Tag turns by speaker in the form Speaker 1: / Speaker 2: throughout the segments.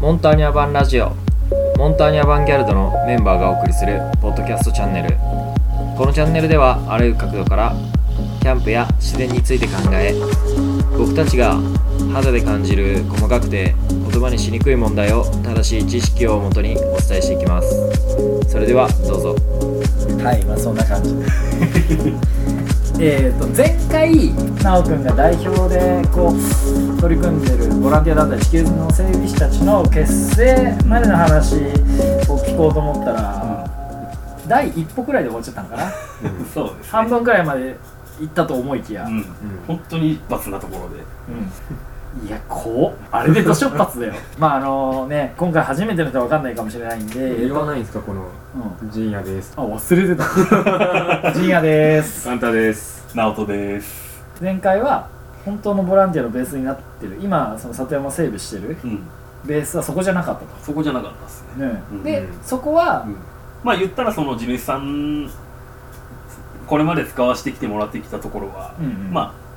Speaker 1: モンターニャ版ラジオモンターニャ版ギャルドのメンバーがお送りするポッドキャストチャンネルこのチャンネルではあらゆる角度からキャンプや自然について考え僕たちが肌で感じる細かくて言葉にしにくい問題を正しい知識をもとにお伝えしていきますそれではどうぞ
Speaker 2: はいまあそんな感じ えっと前回奈くんが代表でこう取り組んでるボランティア団体地球の整備士たちの結成までの話を聞こうと思ったら、第一歩くらいで終わっちゃったのかな
Speaker 3: そうです、ね、
Speaker 2: 半分くらいまで行ったと思いきや、
Speaker 3: うん、本当に罰なところで
Speaker 2: いやこうあれで土出発だ よまああのね今回初めての人は分かんないかもしれないんで、
Speaker 4: 言わないんですかこの
Speaker 2: うん
Speaker 4: 陣屋です
Speaker 2: あ忘れ てたジンヤです
Speaker 4: サンタです
Speaker 3: 直人です
Speaker 2: 前回は本当のボランティアのベースになってる今その里山整備してる
Speaker 3: うん
Speaker 2: ベースはそこじゃなかったと
Speaker 3: そこじゃなかったですね、
Speaker 2: ね
Speaker 3: うん
Speaker 2: で
Speaker 4: うん
Speaker 2: そこは
Speaker 3: うんまあ言ったらその地主さんこれまで使わせてきてもらってきたところは、まあ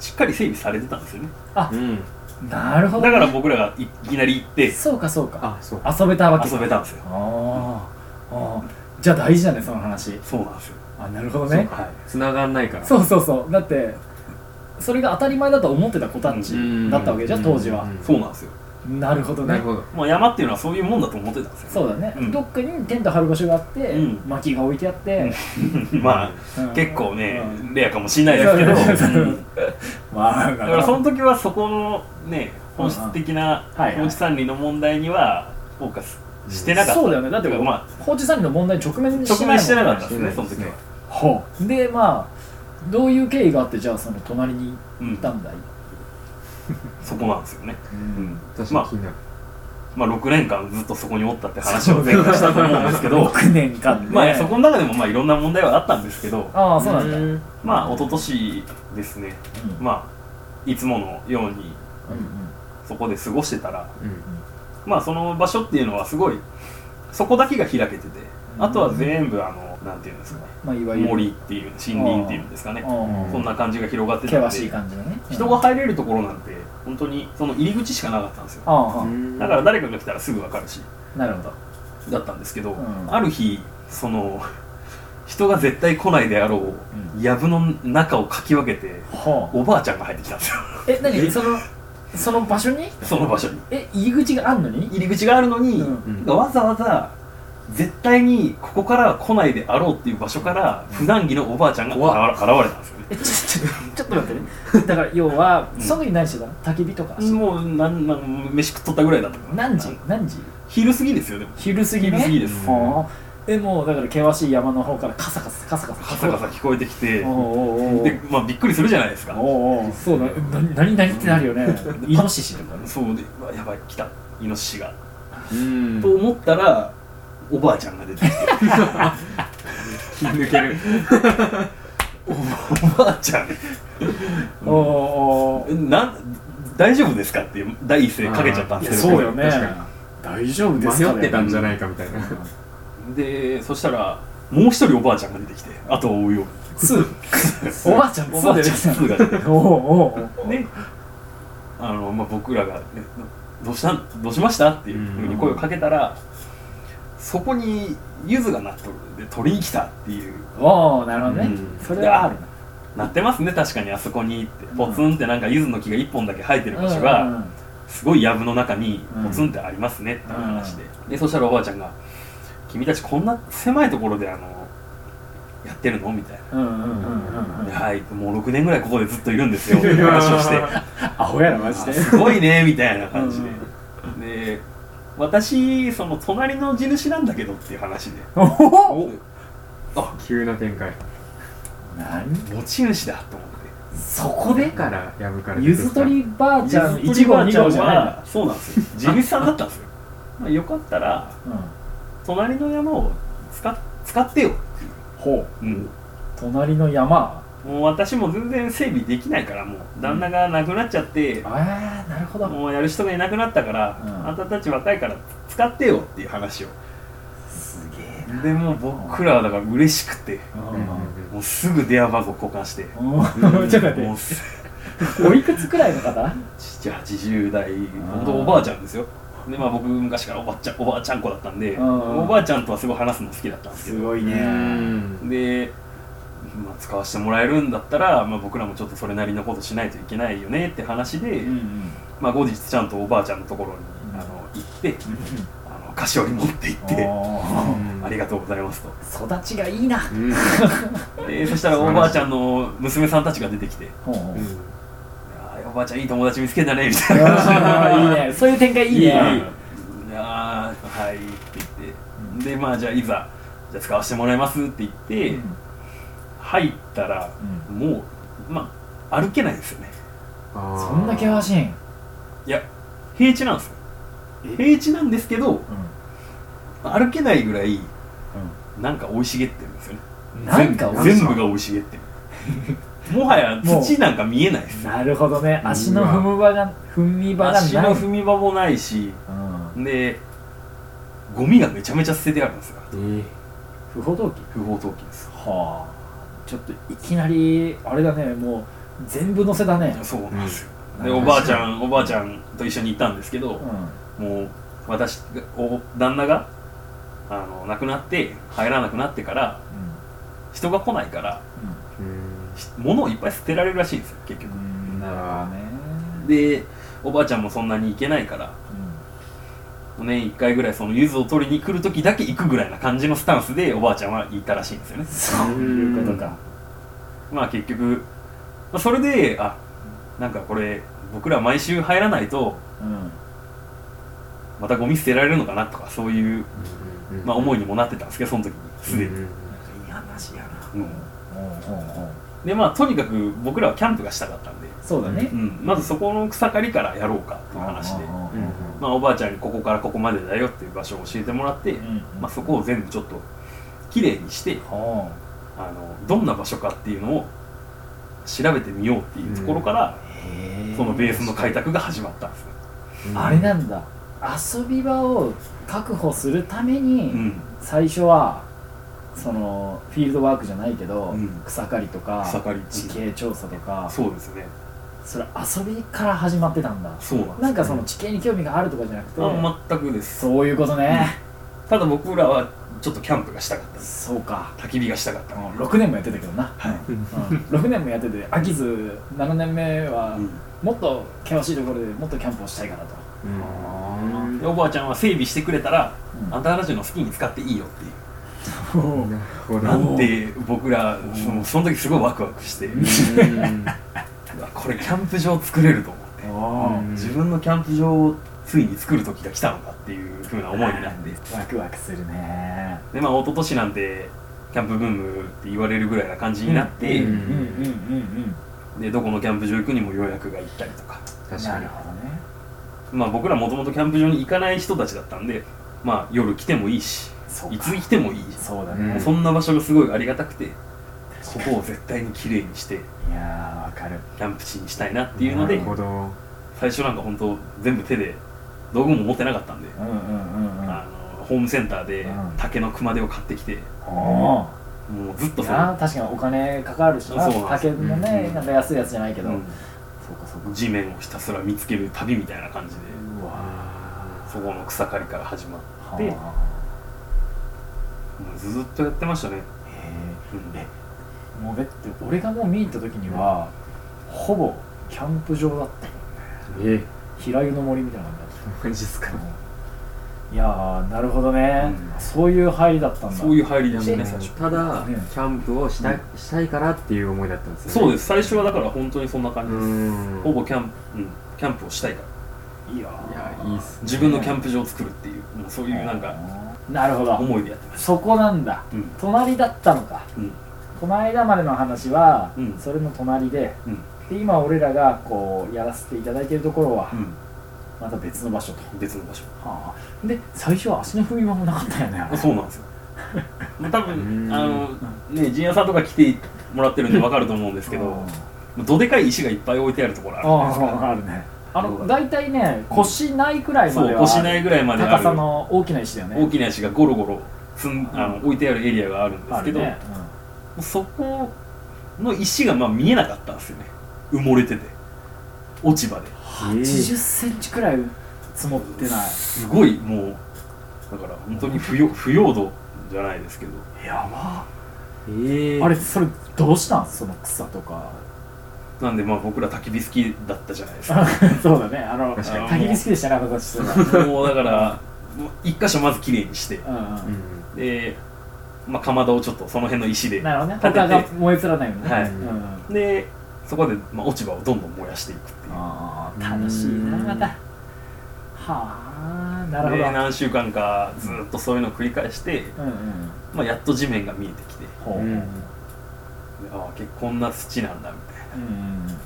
Speaker 3: しっかり整備されてたんですよね
Speaker 4: うん
Speaker 2: あなるほ
Speaker 3: だ
Speaker 2: ど
Speaker 3: から僕らがいいきなり行って
Speaker 2: そうかそうか
Speaker 4: あそう
Speaker 2: 遊べたわけ
Speaker 3: 遊べたんですよ
Speaker 2: あーあーじゃあ大事だねその話
Speaker 3: そうなんですよ
Speaker 2: あなるほどね
Speaker 3: はい
Speaker 4: 繋がんないから
Speaker 2: そうそうそうだってそれが当たり前だと思ってた子たち
Speaker 4: うん
Speaker 2: だったわけじゃん当時
Speaker 4: う
Speaker 2: は
Speaker 4: ん
Speaker 3: そうなんですよ
Speaker 2: なるほど
Speaker 4: な
Speaker 2: ね
Speaker 4: るほど
Speaker 3: まあ山っていうのはそういうもんだと思ってたんです
Speaker 2: そ
Speaker 3: よ、
Speaker 2: うだね
Speaker 3: うん
Speaker 2: どっかにテント張る場所があって
Speaker 3: うん
Speaker 2: 薪が置いてあって
Speaker 3: そう まあ、
Speaker 2: うん
Speaker 3: 結構ね、
Speaker 2: う
Speaker 3: レアかもしれないですけど、
Speaker 2: そうそうそう
Speaker 3: うん
Speaker 2: まあ
Speaker 3: だ
Speaker 2: だ
Speaker 3: からその時はそこのね本質的な
Speaker 2: うんはいはい
Speaker 3: 放置管理の問題にはフォーカスしてなかった、
Speaker 2: そうだよねだって
Speaker 3: ま
Speaker 2: 放置管理の問題に直面
Speaker 3: あ
Speaker 2: し
Speaker 3: 直面してなかったたですねその時は、
Speaker 2: ほうでまあどういう経緯があってじゃあその隣に
Speaker 3: う
Speaker 2: 行
Speaker 3: ん
Speaker 2: っ、たんだい、
Speaker 3: そこなんですよね、うん
Speaker 4: 確
Speaker 3: ま
Speaker 4: か
Speaker 3: あ
Speaker 4: に気になる
Speaker 3: まあ6年間ずっとそこにおったって話を前回したと思うんですけ ど
Speaker 2: 6年間ね
Speaker 3: まあそこの中でもまあいろんな問題はあったんですけど
Speaker 2: ああそうなんだうん
Speaker 3: まあ一昨年ですねまあいつものようにそこで過ごしてたら
Speaker 4: うん
Speaker 3: まあその場所っていうのはすごいそこだけが開けててあとは全部あのなんていうんですかね
Speaker 2: まあいわゆる
Speaker 3: 森っていう森林っていうんですかね
Speaker 2: うん
Speaker 3: そんな感じが広がってたん
Speaker 2: 険しい
Speaker 3: で
Speaker 2: 感じのね
Speaker 3: 人が入れるところなんて本当にその入り口しかなかったんですよ
Speaker 2: ああ
Speaker 3: だから誰かが来たらすぐ分かるし
Speaker 2: なるほど
Speaker 3: だったんですけど、
Speaker 2: うん
Speaker 3: ある日その人が絶対来ないであろう藪の中をかき分けて
Speaker 2: ほう
Speaker 3: おばあちゃんが入ってきたんですよ
Speaker 2: え何そのその場所に
Speaker 3: その場所に
Speaker 2: え入り口があんのに
Speaker 3: 入り口があるのに、
Speaker 2: うん
Speaker 4: うん
Speaker 3: わざわざ絶対にここからは来ないであろうっていう場所から普段着のおばあちゃんが現現れたんですよね
Speaker 2: えちょちょちょっと待ってねだから要は
Speaker 3: うん
Speaker 2: その時何してたの焚き火とか
Speaker 3: もうなんなん飯食っとったぐらいだったから
Speaker 2: 何時何時
Speaker 3: 昼過ぎですよでも
Speaker 2: 昼過ぎ
Speaker 3: 昼過ぎ
Speaker 2: ね
Speaker 3: です、
Speaker 4: うん
Speaker 2: ほうえもうだから険しい山の方からカサカサカサカサ
Speaker 3: カサカサ聞こえてきて
Speaker 2: おうおうおう
Speaker 3: で、まあ、びっくりするじゃないですか
Speaker 2: おうおうそうだな何何ってなるよねイノシシとかね
Speaker 3: そうでうわやばい来たイノシシが、
Speaker 4: うん
Speaker 3: と思ったらおばあちゃんが出てきて
Speaker 4: 気抜ける
Speaker 3: おばあちゃん
Speaker 2: おうおうおう
Speaker 3: なん大丈夫ですかっていう第一声かけちゃったん
Speaker 2: い
Speaker 3: で
Speaker 2: や
Speaker 3: すけ
Speaker 2: そう
Speaker 3: ど
Speaker 2: よね
Speaker 4: 確か
Speaker 2: 大丈夫
Speaker 4: 迷
Speaker 2: ですか
Speaker 4: ってた
Speaker 2: ね
Speaker 4: んじゃないかみたいな
Speaker 3: でそしたらもう一人おばあちゃんが出てきてあとを追うよ
Speaker 2: ツーおばあちゃんツ
Speaker 3: おば
Speaker 2: ー
Speaker 3: あ
Speaker 2: で
Speaker 3: ちゃん
Speaker 2: 出て
Speaker 3: 2が出て
Speaker 2: きたおうおうおう
Speaker 3: きてであの、まあ、僕らが、ね「どうしたどうしました?」っていうふうに声をかけたら、そこに柚子がなっとるんで取りに来たっていう
Speaker 2: おうなるほどね
Speaker 4: うん
Speaker 2: それはあるな
Speaker 3: なってますね確かにあそこにってポツンってなんか柚子の木が1本だけ生えてる場所が、
Speaker 2: うんうん
Speaker 3: すごい藪の中に
Speaker 2: うん
Speaker 3: ポツンってありますねっていう話で、でそしたらおばあちゃんが「君たちこんな狭いところであのやってるの?」みたいな。
Speaker 2: うんうんうんうんうん
Speaker 3: ではい、もう6年ぐらいここでずっといるん ですよっていう話をして
Speaker 2: アホやろマジで
Speaker 3: あすごいねみたいな感じで
Speaker 2: うん
Speaker 3: で私その隣の地主なんだけどっていう話で
Speaker 2: おお
Speaker 3: あ
Speaker 4: 急な展開
Speaker 2: 何
Speaker 3: 持ち主だと思って
Speaker 2: そこで
Speaker 4: だから破かれて
Speaker 2: ゆずとりばあちゃん
Speaker 3: ゆず
Speaker 2: 1号
Speaker 3: とりばあちゃ
Speaker 2: 2
Speaker 3: ん
Speaker 2: 号じゃないん
Speaker 3: は
Speaker 2: だ
Speaker 3: そうなんです よ地主さんだったんですよ、まあ、よかったら
Speaker 2: うん
Speaker 3: 隣の山を使っ使ってよ、
Speaker 2: ほう
Speaker 3: うん、
Speaker 2: 隣の山
Speaker 3: もう私も全然整備できないからもう旦那が亡くなっちゃって、
Speaker 2: ああなるほど
Speaker 3: もうやる人がいなくなったから、
Speaker 2: うん
Speaker 3: あんたたち若いから使ってよっていう話を
Speaker 2: すげえ
Speaker 3: でもう僕らはだから嬉しくて
Speaker 2: な
Speaker 4: うんうん
Speaker 3: もうすぐ電話番号交換 して
Speaker 2: うんちょっと待
Speaker 3: も
Speaker 2: っ
Speaker 3: うす
Speaker 2: ておいくつくらいの方
Speaker 3: 7080代本当おばあちゃんですよでまあ僕昔からおばあちゃんおばあちゃん子だったんで
Speaker 2: うん
Speaker 3: おばあちゃんとはすごい話すの好きだったんですけ
Speaker 2: す
Speaker 3: ど
Speaker 2: ごいね
Speaker 3: で、まあ、使わせてもらえるんだったら、まあ、僕らもちょっとそれなりのことしないといけないよねって話で、
Speaker 2: うんうん
Speaker 3: まあ、後日ちゃんとおばあちゃんのところにあの行ってあの菓子折り持って行って
Speaker 2: おー
Speaker 3: ありがとうございますと
Speaker 2: 育ちがいいな
Speaker 4: うん
Speaker 3: でそしたらおばあちゃんの娘さんたちが出てきて
Speaker 2: ほうほう
Speaker 3: 「あーおばあちゃんいい友達見つけたね」みたいな
Speaker 2: あーいいねそういう展開いい
Speaker 3: いい
Speaker 2: ね
Speaker 3: いやーはいって言ってでまあじゃあいざじゃあ使わせてもらいますって言って、
Speaker 2: うん
Speaker 3: 入ったら、
Speaker 2: う
Speaker 3: もうまあ歩けないんですよね
Speaker 2: そんな険しいん
Speaker 3: いや平地なんですよ平地なんですけど歩けないぐらいなんか生い茂ってるんですよね
Speaker 2: なんか
Speaker 3: 全部全部が生い茂ってるもはや土なんか見えないです
Speaker 2: なるほどね足の踏む場が踏み場がない
Speaker 3: 足の踏み場もないし
Speaker 2: うん
Speaker 3: でゴミがめちゃめちゃ捨ててあるんですよ
Speaker 4: え
Speaker 2: 不法投棄
Speaker 3: 不法投棄です
Speaker 2: はあちょっといきなりあれだねもう全部乗せだね
Speaker 3: そうなんですよ、
Speaker 2: うん
Speaker 3: でおばあちゃんおばあちゃんと一緒に行ったんですけど
Speaker 2: う、ん
Speaker 3: もう私がお旦那があの亡くなって入らなくなってから人が来ないから
Speaker 4: うん
Speaker 3: し物をいっぱい捨てられるらしいんですよ結局、
Speaker 2: うんなるほどね
Speaker 3: でおばあちゃんもそんなに行けないから年1回ぐらいその柚子を取りに来る時だけ行くぐらいな感じのスタンスでおばあちゃんは行ったらしいんですよね
Speaker 2: そういうことか
Speaker 3: まあ結局、まあ、それであなんかこれ僕ら毎週入らないと
Speaker 2: うん
Speaker 3: またゴミ捨てられるのかなとかそういう、
Speaker 4: うん
Speaker 3: まあ、思いにもなってたんですけどその時にすでに、
Speaker 4: うん
Speaker 3: いい話やな、
Speaker 2: ほうほうほう
Speaker 3: でまあとにかく僕らはキャンプがしたかったんで、
Speaker 2: そうだね
Speaker 3: うん、まずそこの草刈りからやろうかっていう話で、
Speaker 2: うん
Speaker 4: うん
Speaker 3: まあ、おばあちゃんにここからここまでだよっていう場所を教えてもらって、
Speaker 2: うん
Speaker 3: まあ、そこを全部ちょっときれいにして
Speaker 2: ほう
Speaker 3: あのどんな場所かっていうのを調べてみようっていうところから、
Speaker 2: へえ
Speaker 3: そのベースの開拓が始まったんですね、
Speaker 2: あれなんだ遊び場を確保するため
Speaker 3: う
Speaker 2: に
Speaker 3: ん、
Speaker 2: 最初はそのフィールドワークじゃないけど
Speaker 3: うん
Speaker 2: 草刈りとか
Speaker 3: 草刈り
Speaker 2: 地形調査とか
Speaker 3: そうですね
Speaker 2: それ遊びから始まってたんだ
Speaker 3: そうなんです
Speaker 2: なんかその地形に興味があるとかじゃなくて
Speaker 3: あ全くです
Speaker 2: そういうことね
Speaker 3: ただ僕らはちょっとキャンプがしたかったんです
Speaker 2: そうか
Speaker 3: 焚き火がしたかった
Speaker 2: うん6年もやってたけどなうん6年もやってて飽きず7年目は
Speaker 3: うん
Speaker 2: もっと険しいところでもっとキャンプをしたいからと
Speaker 4: うん
Speaker 3: でおばあちゃんは整備してくれたら、
Speaker 2: うん
Speaker 3: あんたたちの好きに使っていいよっていう
Speaker 4: なるほど
Speaker 3: なんで僕らもうその時すごいワクワクして、
Speaker 4: うん
Speaker 3: うわ これキャンプ場作れると思って、
Speaker 2: おー
Speaker 4: うん
Speaker 3: 自分のキャンプ場をついに作る時が来たのかっていう風な思いになって、
Speaker 2: ワクワクするね
Speaker 3: でまあ一昨年なんてキャンプブームって言われるぐらいな感じになって、
Speaker 4: うん
Speaker 2: うんうんうん
Speaker 3: でどこのキャンプ場行くにも予約が行ったりとか
Speaker 2: うん
Speaker 4: 確
Speaker 2: な
Speaker 4: か
Speaker 2: る
Speaker 4: に
Speaker 2: ほどね
Speaker 3: まあ僕らもともとキャンプ場に行かない人たちだったんでまあ夜来てもいいし
Speaker 2: そ
Speaker 3: いつ来てもいいし
Speaker 2: そうだ
Speaker 4: う
Speaker 2: ね
Speaker 4: ん
Speaker 3: そんな場所がすごいありがたくてここを絶対に綺麗にして
Speaker 2: いやーわかる
Speaker 3: キャンプ地にしたいなっていうので
Speaker 4: なるほど
Speaker 3: 最初なんか本当全部手で道具も持ってなかったんで、
Speaker 2: うんうんうんうん
Speaker 3: あのホームセンターで
Speaker 2: うん
Speaker 3: 竹の熊手を買ってきて
Speaker 2: お
Speaker 3: もうずっと
Speaker 2: ーい
Speaker 3: そ
Speaker 2: やー
Speaker 3: の、
Speaker 2: 確かにお金かかるしな
Speaker 3: そう
Speaker 2: 竹の
Speaker 4: う
Speaker 2: ね
Speaker 4: ん
Speaker 2: なんか安いやつじゃないけど
Speaker 3: うん
Speaker 2: そうかそうか
Speaker 3: 地面をひたすら見つける旅みたいな感じで
Speaker 2: うわ
Speaker 3: そこの草刈りから始まって
Speaker 2: ー
Speaker 3: で
Speaker 2: は
Speaker 3: もうずっとやってましたね、
Speaker 2: あへ
Speaker 3: うん
Speaker 2: えーもうだって俺がもう見に行った時にはほぼキャンプ場だったよ
Speaker 4: え
Speaker 2: 平湯の森みたいな感じだった
Speaker 4: マジっすか
Speaker 2: いやーなるほどね、
Speaker 3: うん
Speaker 2: そういう入りだったんだ
Speaker 3: そういう入り
Speaker 4: いや
Speaker 3: です
Speaker 4: もう
Speaker 3: ね最初
Speaker 4: ただキ
Speaker 2: ね
Speaker 4: ャンプをした,、したいからっていう思いだったんですよ、ね、
Speaker 3: そう
Speaker 4: で
Speaker 3: です最初はだから本当にそんな感じです、
Speaker 4: ん
Speaker 3: ほぼキャンプ、うん、キャンプをしたいから
Speaker 2: いや
Speaker 4: いやいいっすね
Speaker 3: 自分のキャンプ場を作るっていうもうそう
Speaker 2: ー
Speaker 3: いうなんか
Speaker 2: なるほど
Speaker 3: 思いでやってまし
Speaker 2: そこなんだ
Speaker 3: たうん
Speaker 2: 隣だったのか
Speaker 3: うん
Speaker 2: この間までの話は、
Speaker 3: うん
Speaker 2: それの隣で
Speaker 3: うん
Speaker 2: で今俺らがこうやらせていただいてるところは
Speaker 3: う
Speaker 2: また別の場所と、
Speaker 3: ん別の場所
Speaker 2: はあ、で最初は足の踏み場もなかったよねあれ
Speaker 3: そうなんですよ まあ多
Speaker 4: う
Speaker 3: 分
Speaker 4: ん
Speaker 3: あのね陣屋さんとか来てもらってるんで分かると思うんですけど
Speaker 2: うん
Speaker 3: もうどでかい石がいっぱい置いてあるところあるじゃないです
Speaker 2: あああるねあの大体ね
Speaker 3: うん
Speaker 2: 腰ないくらいま
Speaker 3: か
Speaker 2: で
Speaker 3: そう
Speaker 2: は
Speaker 3: 腰ないぐらいまであ
Speaker 2: 高さ
Speaker 3: る
Speaker 2: の大きな石だよね
Speaker 3: 大きな石がゴロゴロ積んあの置いてあるエリアがあるんで
Speaker 2: あ
Speaker 3: すけ
Speaker 2: る
Speaker 3: ど
Speaker 2: ね、うん
Speaker 3: そこの石がまあ見えなかったんですよね埋もれてて落ち葉で
Speaker 4: え
Speaker 2: 80センチくらい積もってない
Speaker 3: すごいもうだから本当に不要不要度じゃないですけど
Speaker 2: やば
Speaker 4: ええ
Speaker 2: あれそれどうしたんその草とか
Speaker 3: なんでまあ僕ら焚き火好きだったじゃないですか
Speaker 2: そうだねあの
Speaker 4: 確
Speaker 3: かに
Speaker 2: 焚き火好きでしたね私 とか
Speaker 3: もうだからもう一箇所まずきれいにして
Speaker 2: うん
Speaker 4: うん
Speaker 3: で、まあ、かまどをちょっとその辺の石
Speaker 2: う
Speaker 3: で
Speaker 2: んなるほどね
Speaker 3: 立てて
Speaker 2: 他が燃え移らないよね
Speaker 3: はい
Speaker 2: うんうん
Speaker 3: でそこで、まあ、落ち葉をどんどん燃やしていくっていう
Speaker 2: ああ楽しいなまたはあなるほ
Speaker 3: で
Speaker 2: ど
Speaker 3: 何週間かずっとそういうのを繰り返して、
Speaker 2: うんうん
Speaker 3: まあ、やっと地面が見えてきてで
Speaker 2: ほう
Speaker 4: う
Speaker 2: うん
Speaker 4: ん
Speaker 3: ああ結構こんな土なんだみたいな
Speaker 2: うん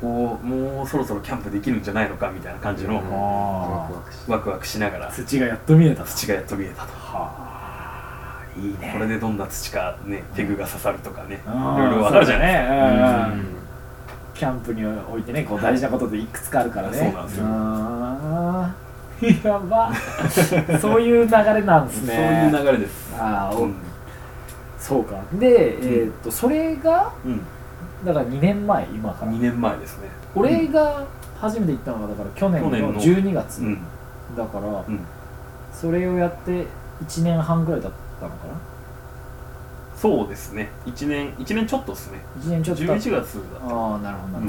Speaker 3: ここもうそろそろキャンプできるんじゃないのかみたいな感じの、
Speaker 4: うんワ
Speaker 2: あー
Speaker 4: クワクし
Speaker 3: ワクワクしながら
Speaker 2: 土がやっと見えたは
Speaker 3: 土がやっと見えたと
Speaker 2: あいいね
Speaker 3: これでどんな土かねペグが刺さるとかねい
Speaker 2: うん
Speaker 3: ろいろわかるじゃない
Speaker 2: そう
Speaker 4: う
Speaker 2: だねうんう
Speaker 4: ん
Speaker 2: んキャンプにおいてねこう大事なことっていくつかあるからね
Speaker 3: そうなんですよ
Speaker 2: あーやば そういう流れなんです
Speaker 3: そう
Speaker 2: ね
Speaker 3: いう流れです
Speaker 2: あー
Speaker 3: う
Speaker 2: お
Speaker 3: ん
Speaker 2: そうかで、えーっとそれが
Speaker 3: うん
Speaker 2: だから2年前今から
Speaker 3: 2年前ですね
Speaker 2: 俺が初めて行ったのがだから去年
Speaker 3: 去年
Speaker 2: の
Speaker 3: の
Speaker 2: 12月
Speaker 3: うん
Speaker 2: だから、
Speaker 3: うん
Speaker 2: それをやって1年半ぐらいだったのかな
Speaker 3: そうですね1年1年ちょっとですね
Speaker 2: 1年ちょっと経っ
Speaker 3: 11月だ
Speaker 2: ああなるほどなるほど、
Speaker 3: うん
Speaker 2: へ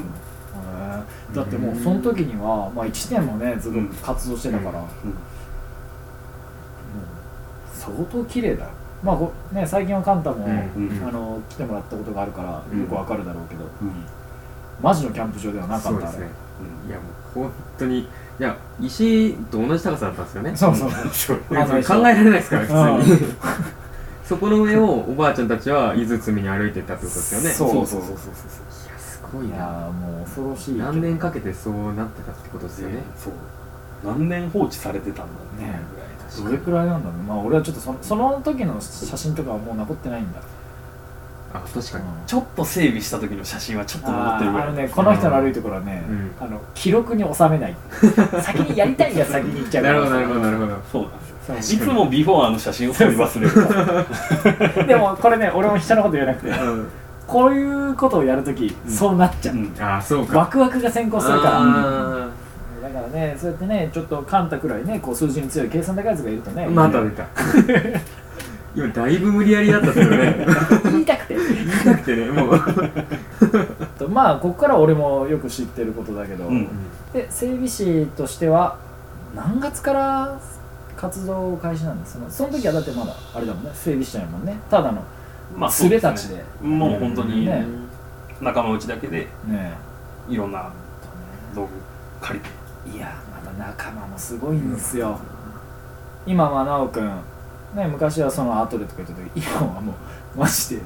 Speaker 2: えだってもうその時には、まあ、1年もねずっと活動してたから、
Speaker 3: うん
Speaker 2: 相当綺麗だよまあこね最近はカンタも、
Speaker 4: うん
Speaker 3: うん
Speaker 2: あの来てもらったことがあるから、
Speaker 4: うん
Speaker 2: よくわかるだろうけど
Speaker 3: うん
Speaker 2: マジのキャンプ場ではなか
Speaker 4: そう
Speaker 2: った
Speaker 4: で
Speaker 2: あ
Speaker 4: す
Speaker 2: れ
Speaker 4: ねいやもう本当にいや石と同じ高さだったんですよね
Speaker 2: そうそう
Speaker 4: そう
Speaker 2: あの
Speaker 4: 考えられないですから
Speaker 2: うん
Speaker 4: 普通に そこの上をおばあちゃんたちは伊豆積みに歩いてったってことですよね
Speaker 2: そう
Speaker 3: そうそうそうそう
Speaker 4: いやすご
Speaker 2: い
Speaker 4: いな
Speaker 2: やーもう恐ろしいけど
Speaker 4: 何年かけてそうなってたってことです
Speaker 3: そう
Speaker 4: よね
Speaker 3: そう何年放置されてたんだっていうぐらいだし
Speaker 2: どれくらいなんだろうまあ俺はちょっとそのその時の写真とかはもう残ってないんだ、
Speaker 4: あ確かに
Speaker 2: うん
Speaker 3: ちょっと整備した時の写真はちょっと残ってるぐ
Speaker 2: あーあ
Speaker 3: ら
Speaker 2: の
Speaker 3: い
Speaker 2: ねこの人の悪いところはね、
Speaker 4: うん
Speaker 2: あの記録に収めない先にやりたいやつ先に行っちゃう
Speaker 4: なるほどなるほどなるほ
Speaker 3: そうなんですよ
Speaker 2: そう
Speaker 3: いつもビフォーアの写真を撮り忘れるから
Speaker 2: でもこれね俺も人のこと言わなくて
Speaker 4: どうん
Speaker 2: こういうことをやるとき、
Speaker 3: ん
Speaker 2: そうなっちゃう、
Speaker 3: うん
Speaker 4: あそう
Speaker 2: ワ
Speaker 4: か
Speaker 2: クワクが先行するか
Speaker 4: あ
Speaker 2: らだからねそうやってねちょっとカンタくらいねこう数字に強い計算高いやつがいるとね、
Speaker 4: ーまた出た今だいぶ無理やりだったですよね
Speaker 2: 言いたくて
Speaker 4: 言いたくてねもう
Speaker 2: とまあここからは俺もよく知ってることだけど、
Speaker 3: うん
Speaker 2: で整備士としては何月から活動を開始なんですそのその時はだってまだあれだもんね整備士じゃないもんねただの
Speaker 3: まあ
Speaker 2: すれた
Speaker 3: そ
Speaker 2: ちで
Speaker 3: うすねもう本当に
Speaker 2: ね
Speaker 3: 仲間内だけで
Speaker 2: ね
Speaker 3: いろんな
Speaker 2: えほんと
Speaker 3: 道具借りて
Speaker 2: ねいやまた仲間もすごいんですよ、今はなおくんね昔はそのアートでとか言ってたけど今はもうマジで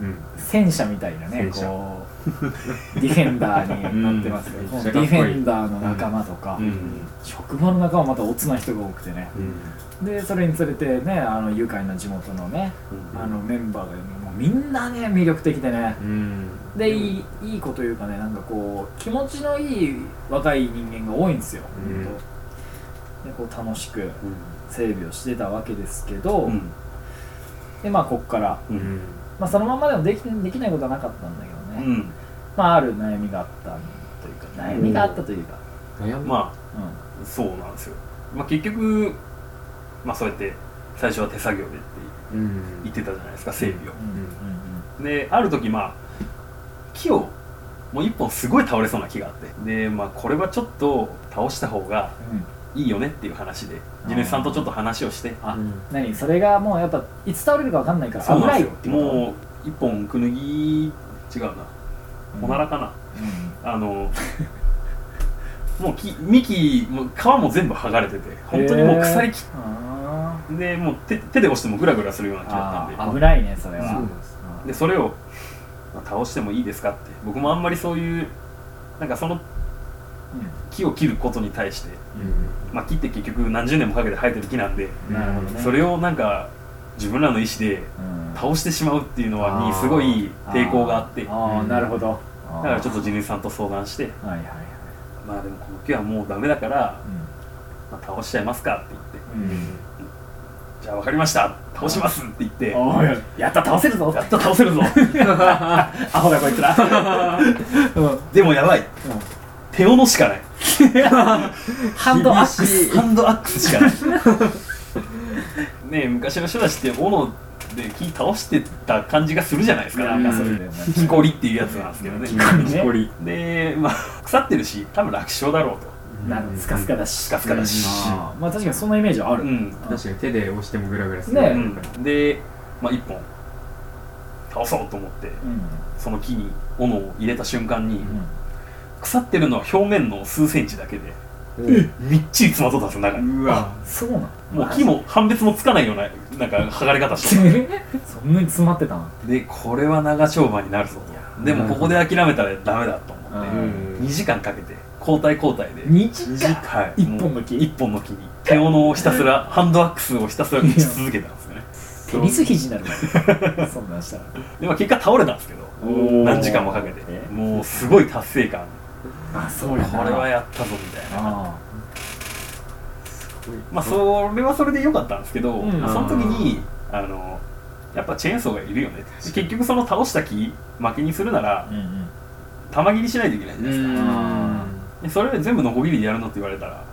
Speaker 4: うんうん
Speaker 2: 戦車みたいなね
Speaker 4: 戦車
Speaker 2: こうディフェンダーになってますけど、
Speaker 4: うん
Speaker 2: この
Speaker 4: め
Speaker 2: デ
Speaker 4: っちゃか
Speaker 2: ィ
Speaker 4: っ
Speaker 2: フ
Speaker 4: こいい
Speaker 2: ェンダーの仲間とか、
Speaker 4: うん
Speaker 2: 職場の仲間はまたオツな人が多くてね
Speaker 4: うん
Speaker 2: でそれにつれてねあの愉快な地元のね
Speaker 3: うん
Speaker 2: あのメンバーがもうみんなね魅力的でね
Speaker 4: うん
Speaker 2: でいいいい子というかねなんかこう気持ちのいい若い人間が多いんですよ、
Speaker 4: うん
Speaker 2: ほんとでこう楽しく整備をしてたわけですけど、
Speaker 3: うん
Speaker 2: でまあこっから、
Speaker 3: う
Speaker 4: うんん
Speaker 2: まあ、そのままでもできできないことはなかったんだけどね、
Speaker 3: うん
Speaker 2: まあある悩みがあったというか悩みがあったというか、
Speaker 4: 悩み
Speaker 3: まあ
Speaker 2: う
Speaker 3: そうなんですよまあ結局まあそうやって最初は手作業でって
Speaker 4: うん
Speaker 3: 言ってたじゃないですか整備を
Speaker 2: んうんうん
Speaker 3: である時まあ木をもう一本すごい倒れそうな木があってでまあこれはちょっと倒した方が
Speaker 2: うんうん
Speaker 3: いいよねっていう話で地主さんとちょっと話をして
Speaker 2: あ
Speaker 4: うん
Speaker 2: 何それがもうやっぱいつ倒れるか分かんないから
Speaker 3: そう
Speaker 2: 危
Speaker 3: な
Speaker 2: なんい
Speaker 3: で
Speaker 2: よっ
Speaker 3: す
Speaker 2: て
Speaker 3: よ
Speaker 2: こと
Speaker 3: もう一本くぬぎ違うな
Speaker 2: うん
Speaker 3: おならかな、
Speaker 2: うん
Speaker 3: あの もう木幹もう皮も全部剥がれてて本当にもう腐りきっ
Speaker 2: あ
Speaker 3: でもう手手で押してもグラグラするような木だ
Speaker 2: ー
Speaker 3: った
Speaker 2: あ
Speaker 3: ん
Speaker 2: ー危
Speaker 3: で
Speaker 2: ないねそれ
Speaker 4: そう
Speaker 2: は
Speaker 4: なんです
Speaker 3: でそれをまあ倒してもいいですかって僕もあんまりそういうなんかその木を切ることに対して、まあ、木って結局何十年もかけて生えてる木なんで、
Speaker 2: うんなるほどね
Speaker 3: それをなんか自分らの意思で
Speaker 2: うん
Speaker 3: 倒してしまうっていうのは
Speaker 4: あ
Speaker 3: に
Speaker 4: ー
Speaker 3: すごい抵抗があってだか
Speaker 2: ああなるほどだ
Speaker 3: らちょっ
Speaker 2: と
Speaker 3: と地主さんと相談して
Speaker 2: はいはいはい
Speaker 3: まあでもこの木はもうダメだから、
Speaker 2: う
Speaker 3: まあ、倒しちゃいますかって言って
Speaker 2: んうん
Speaker 3: じゃあ分かりました倒しますって言ってや
Speaker 2: おーやった倒せるぞ
Speaker 3: っと倒せる ぞ
Speaker 2: アホだこいつらうんうん
Speaker 3: でもやばい手をのしかない
Speaker 2: ハンドアックス
Speaker 3: ハンドアックスしかない ねえ昔の人たちって斧で木倒してた感じがするじゃないですかなんかそれ
Speaker 4: う
Speaker 3: 木こりっていうやつなんですけどね
Speaker 2: こりね
Speaker 4: 木こり
Speaker 3: でまあ腐ってるし多分楽勝だろうと
Speaker 2: なるスカスカだし
Speaker 3: スカスカだし
Speaker 2: あーまあ確かにそんなイメージはある、
Speaker 3: うん
Speaker 4: 確かに手で押してもグラグラする
Speaker 2: ね
Speaker 3: うんで、まあ、1本倒そうと思って
Speaker 2: うん
Speaker 3: その木に斧を入れた瞬間に
Speaker 2: うん
Speaker 3: 腐ってるのは表面の数センチだけでみっちり詰まっとったんですよ中に
Speaker 4: うわ
Speaker 2: そうなの
Speaker 3: もう木も判別もつかないようななんか剥がれ方して
Speaker 2: そんなに詰まってたの
Speaker 3: でこれは長丁場になるぞとでもここで諦めたらダメだと思って
Speaker 2: うん
Speaker 3: 2時間かけて交代交代で
Speaker 2: 2時
Speaker 3: 時
Speaker 2: 間
Speaker 3: 間
Speaker 2: 一本の木
Speaker 3: 一本の木に手斧をひたす らハンドアックスをひたすら打ち続けたんですよね
Speaker 2: テニス肘になる わそんなんしたら
Speaker 3: でまあ結果倒れたんですけど
Speaker 2: おー
Speaker 3: 何時間もかけて
Speaker 2: え
Speaker 3: もうすごい達成感
Speaker 2: あそ
Speaker 3: こ
Speaker 2: う
Speaker 3: れ
Speaker 2: やな
Speaker 3: はやったぞみたいな
Speaker 2: あ
Speaker 3: まあそれはそれで良かったんですけど、
Speaker 2: うん
Speaker 3: その時にあのやっぱチェーンソーがいるよねって結局その倒した木負けにするな
Speaker 2: あ
Speaker 3: ら
Speaker 2: うんうん
Speaker 3: 玉切りしないといけないじゃ
Speaker 4: う
Speaker 3: ないですか
Speaker 4: ん
Speaker 3: でそれ全部ノコギリでやるのって言われたら、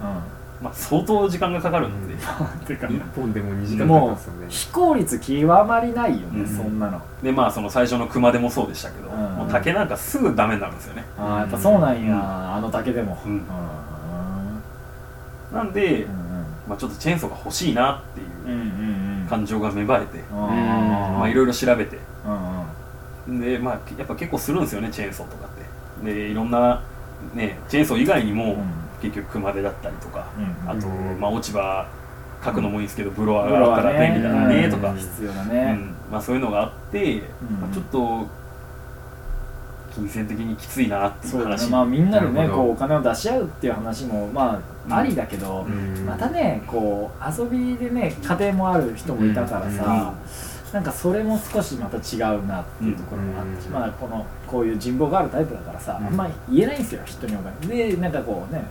Speaker 3: まあ、相当時間がかかるんで、
Speaker 2: うんてか
Speaker 4: 一本でも2時間かか
Speaker 2: も
Speaker 4: ったっすよ
Speaker 2: う
Speaker 4: ね
Speaker 2: 非効率極まりないよね、
Speaker 3: うん
Speaker 2: そんなの
Speaker 3: でまあその最初の熊手もそうでしたけど、
Speaker 2: うん
Speaker 3: もう竹なんかすぐダメになるんですよね
Speaker 2: あーやっぱそうなんや、
Speaker 3: うん
Speaker 2: あの竹でも
Speaker 3: うん
Speaker 2: うん
Speaker 3: なんで、
Speaker 2: うん
Speaker 3: まあ、ちょっとチェーンソーが欲しいなっていう
Speaker 2: うんうんうん
Speaker 3: 感情が芽生えて、
Speaker 2: あ
Speaker 3: まあいろいろ調べて
Speaker 2: ーうんうん
Speaker 3: でまあやっぱ結構するんですよねチェーンソーとかってでいろんなねチェーンソー以外にも、結局熊手だったりとか、
Speaker 2: うん
Speaker 3: あと、
Speaker 4: うん
Speaker 3: まあ、落ち葉書くのもいいんですけどブロワーがあったら便利だねとか、
Speaker 4: うん
Speaker 2: 必要だ
Speaker 3: う
Speaker 2: ね、
Speaker 3: んまあ、そういうのがあって、
Speaker 2: ん
Speaker 3: まあ、ちょっと金銭的にきついなっていう
Speaker 2: そうだ
Speaker 3: 話
Speaker 2: ねまあみんなで
Speaker 4: な
Speaker 2: ね
Speaker 4: るほど
Speaker 2: こうお金を出し合うっていう話もまあありだけど、
Speaker 4: うん
Speaker 2: またねこう遊びでね家庭もある人もいたからさ、なんかそれも少しまた違うなっていうところもあって、
Speaker 4: うん
Speaker 2: まあこのこういう人望があるタイプだからさ、
Speaker 4: うん
Speaker 2: あんま言えないんですよ人にお金でなんかこうね、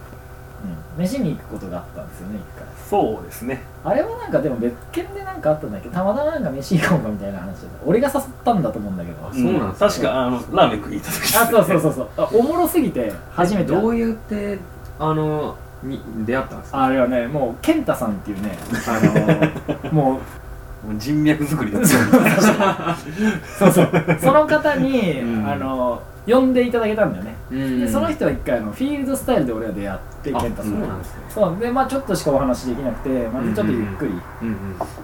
Speaker 2: うん、飯に行くことがあったんですよね一回
Speaker 3: そうですね
Speaker 2: あれはなんかでも別件でなんかあったんだけどたまたまなんか飯行こうかみたいな話だった俺が誘ったんだと思うんだけど
Speaker 4: そうなんですか
Speaker 3: 確かあのラーメン食いに行った時です
Speaker 2: あそうそうそうそうあおもろすぎて初めて
Speaker 4: どう言ってあのに出会ったんですか
Speaker 2: あれはねもう健太さんっていうねあのー もう
Speaker 3: もう人脈作り だった
Speaker 2: そうそうその方に、
Speaker 4: うん
Speaker 2: あのー呼んでいただけたんだよね、
Speaker 4: うん
Speaker 2: でその人は一回あのフィールドスタイルで俺は出会って
Speaker 4: あ
Speaker 2: 健太さ
Speaker 4: そうんなん
Speaker 2: が
Speaker 4: ですね
Speaker 2: そうでまあちょっとしかお話できなくて、まあ、ちょっとゆっくり
Speaker 4: うんうん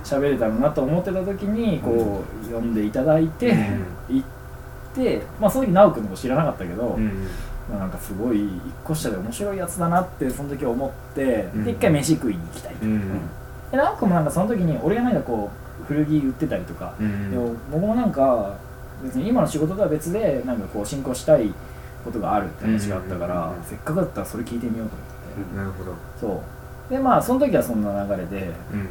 Speaker 2: 喋れたらなと思ってた時にこう呼んでいただいて、行ってまあその時修くんのこと知らなかったけど、
Speaker 4: うん
Speaker 2: まあなんかすごい一個下で面白いやつだなってその時思って、
Speaker 4: うん
Speaker 2: で一回飯食いに行きたいと、
Speaker 4: うん
Speaker 2: で直君もなんかその時に俺がなんかこう古着売ってたりとか、
Speaker 4: うん
Speaker 2: でも僕もなんか別に今の仕事とは別でなんかこう進行したいことがあるって話があったから、
Speaker 4: うん
Speaker 2: せっかくだったらそれ聞いてみようと思っ
Speaker 4: なるほど
Speaker 2: て、そうでまあその時はそんな流れで、
Speaker 4: うん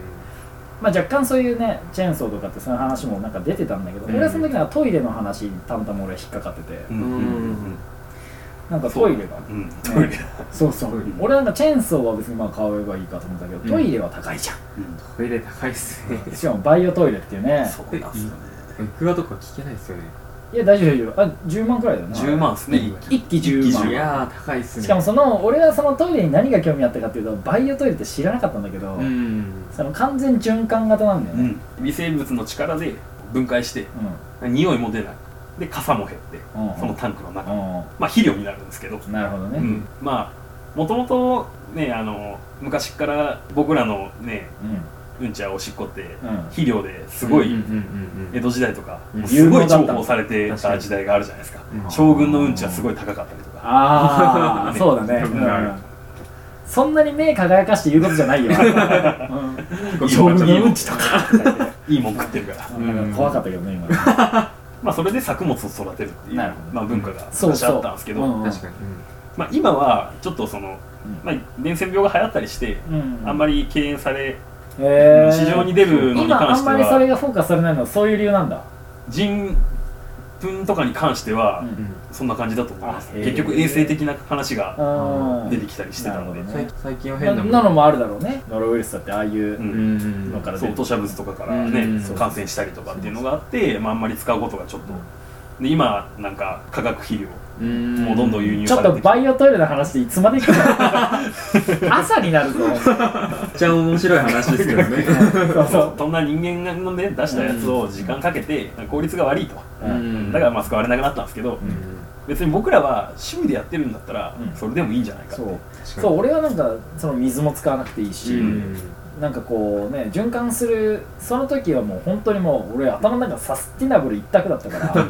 Speaker 2: まあ、若干そういうねチェーンソーとかってそういう話もなんか出てたんだけど、
Speaker 4: うん
Speaker 2: 俺はその時なんかトイレの話にたまたま俺は引っかかってて、
Speaker 3: うんうんうん
Speaker 2: なんか
Speaker 3: そ
Speaker 2: ト
Speaker 3: う
Speaker 2: イレが
Speaker 3: うんトイレ
Speaker 2: そうそう、
Speaker 4: うん
Speaker 2: 俺なんかチェーンソーは別にまあ買えばいいかと思ったけど、
Speaker 4: うん
Speaker 2: トイレは高いじゃ
Speaker 4: トイレ高いっすね
Speaker 2: んしかもバイオトイレっていうね
Speaker 3: そうなんですよね
Speaker 4: いくらとか聞けないっすよね
Speaker 2: いや大丈夫大丈夫あ10万くらいだよな
Speaker 3: 10万ですね一気
Speaker 2: 一気10
Speaker 3: 一気
Speaker 2: 万
Speaker 4: いやー高いっすね
Speaker 2: しかもその俺はそのトイレに何が興味あったかっていうとバイオトイレって知らなかったんだけど、
Speaker 4: うん
Speaker 2: その完全循環型なんだよね
Speaker 3: 微生物の力で分解して
Speaker 2: うん
Speaker 3: 匂いも出ないで傘も減って
Speaker 2: うん
Speaker 3: そのタンクの中
Speaker 2: うん、
Speaker 3: まあ肥料になるんですけど
Speaker 2: なるほどね、
Speaker 3: う
Speaker 2: うん
Speaker 3: んまあもともとねあの昔から僕らのねうんちやおしっこって
Speaker 2: うん
Speaker 3: 肥料ですご
Speaker 4: うん
Speaker 3: い
Speaker 4: うんうん
Speaker 3: 江戸時代とか
Speaker 4: うん
Speaker 3: すごい重宝されてた時代があるじゃないですか
Speaker 4: うん
Speaker 3: 将軍のうんちはすごい高かったりとか
Speaker 2: ああそうだね、
Speaker 4: 多
Speaker 2: う
Speaker 4: 分ある
Speaker 2: ん、そんなに目輝かして言うことじゃな いよ、うん
Speaker 4: うん
Speaker 2: 将軍のうん
Speaker 4: ち
Speaker 2: ちとか
Speaker 3: いいもん食ってるから
Speaker 2: なんか怖かったけど ね今
Speaker 3: まあそれで作物を育てるっていう
Speaker 2: なるほど
Speaker 3: まあ、文化が
Speaker 2: そう
Speaker 3: 昔
Speaker 2: そう
Speaker 3: あったんですけど
Speaker 2: うん
Speaker 4: 確かに
Speaker 3: まあ、今はちょっとその、まあ、伝染病が流行ったりして、
Speaker 2: うん
Speaker 3: あんまり敬遠され
Speaker 2: へー
Speaker 3: 市場に出るのに
Speaker 2: 今
Speaker 3: 関
Speaker 2: あ
Speaker 3: し
Speaker 2: ん
Speaker 3: て
Speaker 2: まりそれ
Speaker 3: は
Speaker 2: がフォーカスされないのはそういう理由なんだ
Speaker 3: 人糞とかに関しては
Speaker 2: うん
Speaker 4: うん
Speaker 3: そんな感じだと思います、
Speaker 2: あへー
Speaker 3: 結局衛生的な話
Speaker 2: う
Speaker 3: が
Speaker 2: ん
Speaker 3: 出てきたりしてたので、
Speaker 2: なるほ
Speaker 4: 最最近は
Speaker 2: な
Speaker 4: 変なもん
Speaker 2: なのもあるだろうねノロウイルスだってああいううん
Speaker 4: うん
Speaker 2: のから出
Speaker 3: そう
Speaker 2: る
Speaker 3: 吐しゃ物とかからね、
Speaker 4: うん
Speaker 3: そう感染したりとかっていうのがあって、まあ、あんまり使うことがちょっとで今なんか化学肥料
Speaker 4: うーん
Speaker 3: もうどんどん輸入
Speaker 2: ちょ
Speaker 3: さ
Speaker 2: っ
Speaker 3: れ
Speaker 2: と
Speaker 3: てきて
Speaker 2: バイオトイレの話でいつまでいくの朝になるぞ
Speaker 4: めっちゃ面白い話ですけどね
Speaker 2: そうそう
Speaker 3: そんな人間がの、ね、出したやつを時間かけて効率が悪いと、
Speaker 4: うん
Speaker 3: だからまあ使われなくなったんですけど、別に僕らは趣味でやってるんだったら、
Speaker 2: うん
Speaker 3: それでもいいんじゃないかって
Speaker 2: そう
Speaker 4: 確か
Speaker 2: そう俺はなんかその水も使わなくていいし、
Speaker 4: にうん
Speaker 2: なんかこうね循環するその時はもう本当にもう俺頭の中サスティナブル一択だったから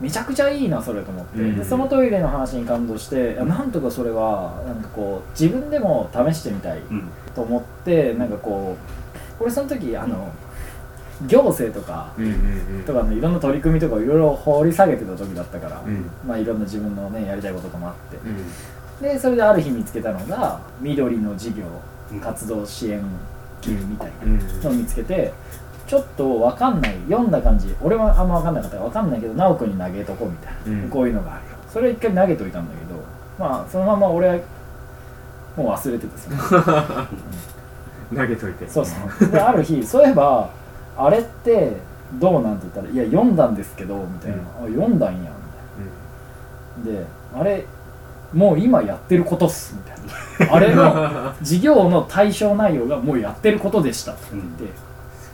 Speaker 2: めちゃくちゃいいなそれと思って、
Speaker 4: うん
Speaker 2: でそのトイレの話に感動していやなんとかそれはなんかこう自分でも試してみたい
Speaker 3: うん
Speaker 2: と思ってなんかこう俺その時あの行政とか
Speaker 4: うんうんうん
Speaker 2: とかのいろんな取り組みとかをいろいろ掘り下げてた時だったから、
Speaker 4: うん
Speaker 2: まあいろんな自分のねやりたいこととかもあって
Speaker 4: うん
Speaker 2: でそれである日見つけたのが緑の事業活動支援金みたいな
Speaker 4: うん
Speaker 2: のを見つけてちょっと分かんない読んだ感じ俺はあんま分かんなかったから分かんないけど直君に投げとこうみたいな、
Speaker 4: うん
Speaker 2: こういうのがあるよそれ一回投げといたんだけどまあそのまま俺はもう忘 れててそれ
Speaker 4: 投げといて
Speaker 2: そうそうである日そういえばあれってどうなんて言ったら「いや読んだんですけど」みたいな「あ読んだんや」みたいなであれもう今やってることっすみたいなあ れの事業の対象内容がもうやってることでしたって
Speaker 3: うん
Speaker 2: 言って